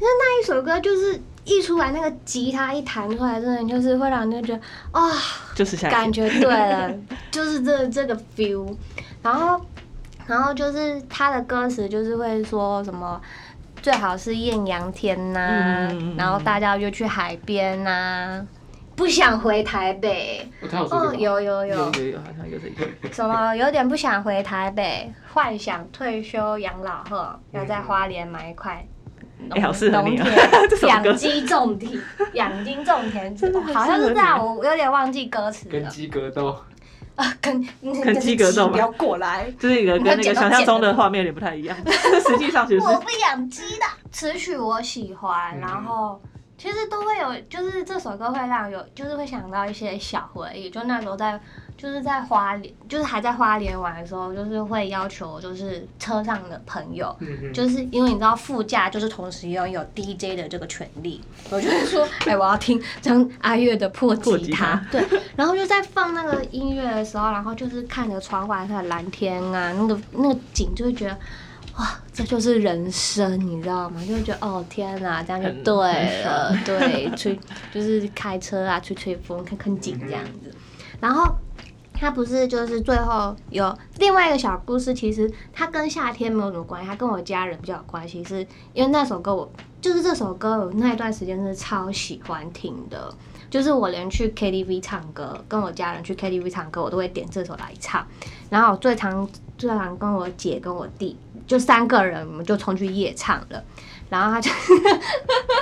Speaker 3: 那一首歌就是一出来，那个吉他一弹出来，真的就是会让人就觉得啊、
Speaker 2: 就是夏
Speaker 3: 感
Speaker 2: 天，
Speaker 3: 觉 对了，就是这这个 feel。然后，然后就是他的歌词就是会说什么。最好是艳阳天呐、
Speaker 2: 嗯嗯嗯
Speaker 3: 然后大家就去海边呐、不想回台北。
Speaker 1: 哦他有说这
Speaker 3: 哦，
Speaker 1: 个吗。
Speaker 3: 有有有，
Speaker 2: 有有好像有这一句，
Speaker 3: 什么有点不想回台北，幻想退休养老后要在花莲买一块
Speaker 2: 哎，好适合
Speaker 3: 农
Speaker 2: 你啊
Speaker 3: 田，
Speaker 2: 这首歌
Speaker 3: 养鸡种田，养鸡种 田
Speaker 2: 真的很
Speaker 3: 好像是这样，
Speaker 2: 适啊
Speaker 3: 我有点忘记歌词
Speaker 1: 跟
Speaker 3: 了
Speaker 1: 鸡格斗，
Speaker 3: 啊，跟
Speaker 2: 跟鸡格斗吗
Speaker 3: 不要过来，
Speaker 2: 就是一个跟那个想象中的画面有点不太一样，实际上其实
Speaker 3: 我
Speaker 2: 是
Speaker 3: 不养鸡的。词曲我喜欢，
Speaker 1: 嗯
Speaker 3: 然后其实都会有，就是这首歌会让有，就是会想到一些小回忆。就那时候在，就是在花莲，就是还在花莲玩的时候，就是会要求就是车上的朋友。
Speaker 1: 嗯哼
Speaker 3: 就是因为你知道副驾就是同时拥有 DJ 的这个权利，我就会说，哎、我要听张阿月的破
Speaker 2: 破
Speaker 3: 吉
Speaker 2: 吉
Speaker 3: 他
Speaker 2: 他，
Speaker 3: 对，然后就在放那个音乐的时候，然后就是看着窗外它的蓝天啊，那个那个景就会觉得。哇，这就是人生，你知道吗？就会觉得哦天哪，这样就
Speaker 2: 很
Speaker 3: 对
Speaker 2: 很
Speaker 3: 了
Speaker 2: 爽，
Speaker 3: 对，吹就是开车啊，吹吹风，看看景这样子。然后它不是就是最后有另外一个小故事，其实它跟夏天没有什么关系，它跟我家人比较有关系，是因为那首歌我就是这首歌，我那一段时间是超喜欢听的，就是我连去 KTV 唱歌，跟我家人去 KTV 唱歌，我都会点这首来唱。然后我最常最常跟我姐跟我弟就三个人，我们就冲去夜唱了。然后他就，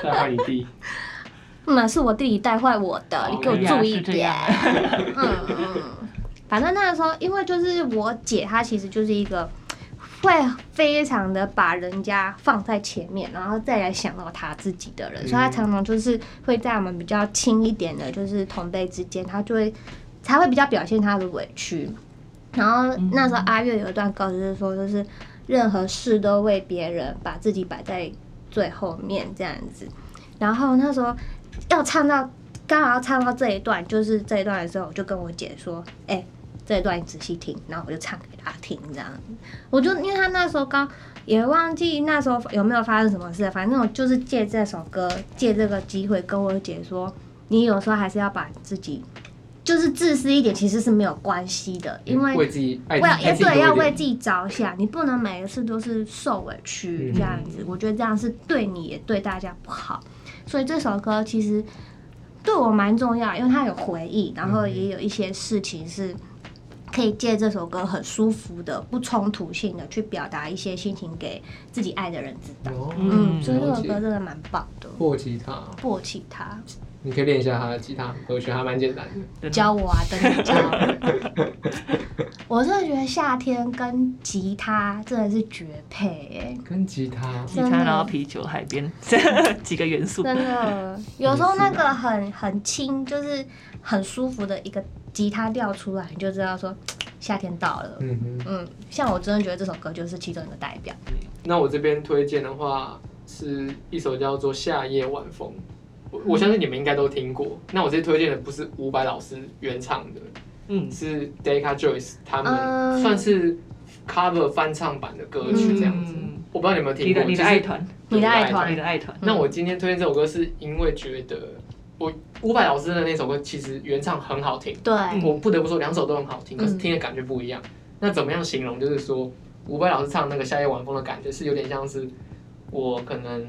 Speaker 1: 再换你弟，
Speaker 3: 嗯，是我弟弟带坏我的，你给我
Speaker 1: 哦原
Speaker 2: 来
Speaker 3: 注意
Speaker 2: 是这
Speaker 3: 点
Speaker 2: 样。
Speaker 3: 嗯嗯，反正那个时候，因为就是我姐，她其实就是一个会非常的把人家放在前面，然后再来想到她自己的人，所以她
Speaker 1: 嗯
Speaker 3: 常常就是会在我们比较亲一点的，就是同辈之间，她就会才会比较表现她的委屈。然后那时候阿月有一段歌词是说，就是任何事都为别人，把自己摆在最后面这样子。然后那时候要唱到刚好要唱到这一段，就是这一段的时候，我就跟我姐说：“哎、这一段你仔细听，然后我就唱给他听，这样。我就因为他那时候刚也忘记那时候有没有发生什么事，反正我就是借这首歌，借这个机会跟我姐说，你有时候还是要把自己就是自私一点，其实是没有关系的，因为
Speaker 1: 为自己爱
Speaker 3: 我要
Speaker 1: 爱
Speaker 3: 也
Speaker 1: 自己多
Speaker 3: 对，
Speaker 1: 一
Speaker 3: 要为
Speaker 1: 点
Speaker 3: 自己着想，你不能每一次都是受委屈
Speaker 1: 嗯
Speaker 3: 这样子。我觉得这样是对你也对大家不好。所以这首歌其实对我蛮重要，因为它有回忆，然
Speaker 1: 嗯
Speaker 3: 后也有一些事情是可以借这首歌很舒服的、不冲突性的去表达一些心情给自己爱的人知道。
Speaker 1: 哦
Speaker 3: 嗯，
Speaker 2: 嗯
Speaker 3: 所以这
Speaker 1: 了
Speaker 3: 首
Speaker 1: 解
Speaker 3: 歌真的蛮棒的。
Speaker 1: 破吉他，
Speaker 3: 唾弃他，
Speaker 1: 你可以练一下他的吉他和弦，还蛮简单的。
Speaker 2: 真的
Speaker 3: 教我啊，等你 教。我真的觉得夏天跟吉他真的是绝配哎、
Speaker 1: 跟吉他，
Speaker 2: 吉
Speaker 3: 真的
Speaker 2: 他，然后啤酒、海边几个元素，
Speaker 3: 真的，有时候那个很很轻，就是很舒服的一个吉他调出来，你就知道说夏天到了。
Speaker 1: 嗯哼。
Speaker 3: 嗯，像我真的觉得这首歌就是其中一个代表。
Speaker 1: 那我这边推荐的话，是一首叫做《夏夜晚风》，我我相信你们应该都听过。那我这推荐的不是伍佰老师原唱的，
Speaker 2: 嗯，
Speaker 1: 是 Decca Joyce 他
Speaker 3: 嗯
Speaker 1: 们算是 cover 翻唱版的歌曲这样子。
Speaker 2: 嗯
Speaker 1: 我不知道你有没有听
Speaker 2: 你
Speaker 1: 过，
Speaker 2: 的你的
Speaker 1: 就是
Speaker 2: 爱团，
Speaker 1: 对
Speaker 3: 你的爱嗯
Speaker 2: 你的爱团，
Speaker 1: 那我今天推荐这首歌，是因为觉得我伍佰老师的那首歌其实原唱很好听，
Speaker 3: 对，
Speaker 2: 嗯
Speaker 1: 我不得不说两首都很好听，可是
Speaker 3: 哎嗯
Speaker 1: 听的感觉不一样。那怎么样形容？就是说伍佰老师唱那个《夏夜晚风》的感觉是有点像是我可能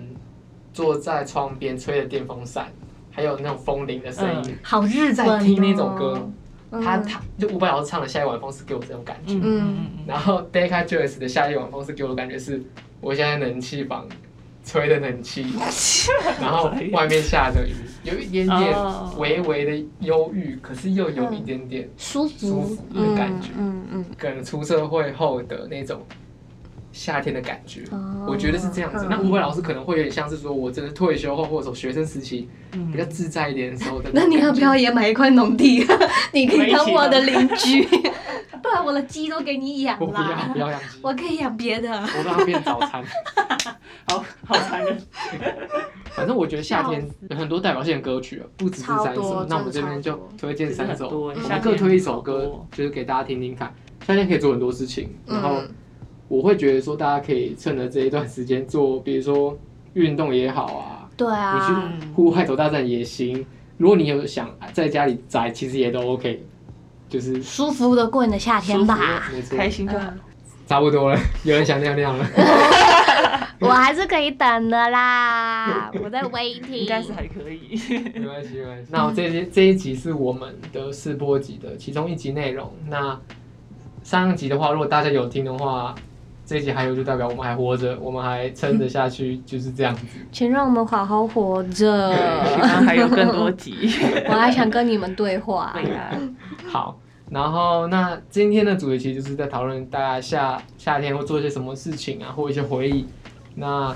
Speaker 1: 坐在窗边吹着电风扇，还有那种风铃的声音，
Speaker 3: 好日本、哦。
Speaker 1: 在听那首歌。
Speaker 3: 嗯，
Speaker 1: 他他就伍佰老师唱的《夏夜晚风》是给我这种感觉。
Speaker 2: 嗯嗯嗯
Speaker 1: 然后 Decca Joyce 的《夏夜晚风》是给我的感觉是，我现在冷气房吹的冷气，然后外面下着雨，有一点
Speaker 2: 哦
Speaker 1: 点微微的忧郁，可是又有一点点
Speaker 3: 舒服
Speaker 1: 舒服的感觉
Speaker 3: 嗯嗯
Speaker 1: 可能出社会后的那种夏天的感觉。
Speaker 3: 嗯。哦
Speaker 1: 我觉得是这样子。那
Speaker 3: 嗯
Speaker 1: 伍佰老师可能会有点像是说，我真的退休后或者说学生时期
Speaker 2: 嗯，
Speaker 1: 比较自在一点的时候的种
Speaker 3: 那
Speaker 1: 感觉。
Speaker 3: 你要不要也买一块农地？ 你可以当我的邻居， 不然我的鸡都给你养
Speaker 1: 我不要，
Speaker 3: 啦
Speaker 1: 不。要养鸡，
Speaker 3: 我可以养别的。
Speaker 1: 我让它变早 餐。
Speaker 2: 好好残忍，
Speaker 1: 反正我觉得夏天有很多代表性的歌曲啊，不只是三
Speaker 3: 超
Speaker 1: 首
Speaker 3: 多。
Speaker 1: 那我们这边
Speaker 3: 真
Speaker 1: 就
Speaker 3: 的超多嗯
Speaker 1: 推荐三
Speaker 2: 真的很
Speaker 1: 首，我
Speaker 2: 多
Speaker 1: 们
Speaker 2: 夏天
Speaker 1: 各推一首
Speaker 2: 很
Speaker 1: 歌
Speaker 2: 多，
Speaker 1: 就是给大家听听看。夏天可以做很多事情，然后
Speaker 3: 嗯
Speaker 1: 我会觉得说，大家可以趁着这一段时间做，比如说运动也好啊，
Speaker 3: 对
Speaker 1: 你
Speaker 3: 啊，
Speaker 1: 去户外走大战也行。如果你有想在家里宅，其实也都 OK，就是
Speaker 3: 舒服的过你的夏天吧。
Speaker 1: 没错，
Speaker 2: 开心就好。
Speaker 1: 差不多了。 有人想尿尿 了，
Speaker 3: 我还是可以等 的啦，我在 waiting。
Speaker 2: 应该是还可以，
Speaker 1: 没关系，没关系。那我这一这一集是我们的试播集的其中一集内容。那上一集的话，如果大家有听的话，这一集还有就代表我们还活着，我们还撑得下去，就是这样子。
Speaker 3: 请让我们好好活着。
Speaker 2: 希望还有更多集。
Speaker 3: 我还想跟你们对话。
Speaker 2: 对呀，
Speaker 1: 好，然后那今天的主题其实就是在讨论大家夏夏天会做些什么事情啊，或一些回忆。那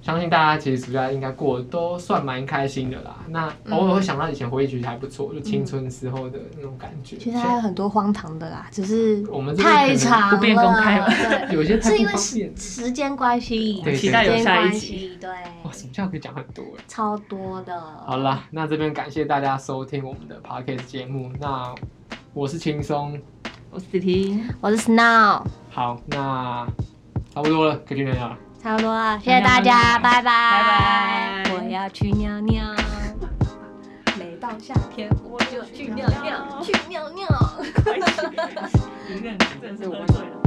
Speaker 1: 相信大家其实暑假应该过得都算蛮开心的啦。那偶尔会想到以前回忆，其实还不错，就青春时候的那种感觉。
Speaker 3: 其实还有很多荒唐的啦，只是
Speaker 1: 我们这边可
Speaker 3: 太
Speaker 1: 能
Speaker 3: 长了。
Speaker 2: 不便公开了
Speaker 3: 对，
Speaker 1: 有些太
Speaker 3: 是
Speaker 1: 不
Speaker 3: 因为
Speaker 1: 方便
Speaker 3: 时。时间关系，
Speaker 1: 对
Speaker 2: 期待有
Speaker 3: 时间
Speaker 2: 下一
Speaker 3: 关
Speaker 2: 集。
Speaker 3: 系，对，
Speaker 1: 哇，暑假可以讲很多哎。
Speaker 3: 超多的。
Speaker 1: 好啦，那这边感谢大家收听我们的 podcast 节目。那我是轻松，
Speaker 2: 我是 T T，
Speaker 3: 我是 Snow，
Speaker 1: 好，那差不多了，可以去尿尿了。
Speaker 3: 差不多了，谢谢大家，拜拜，
Speaker 2: 拜拜
Speaker 3: 我要去尿尿。 每到夏天，我就去尿尿，去尿尿。
Speaker 2: 快点，真的是喝醉了。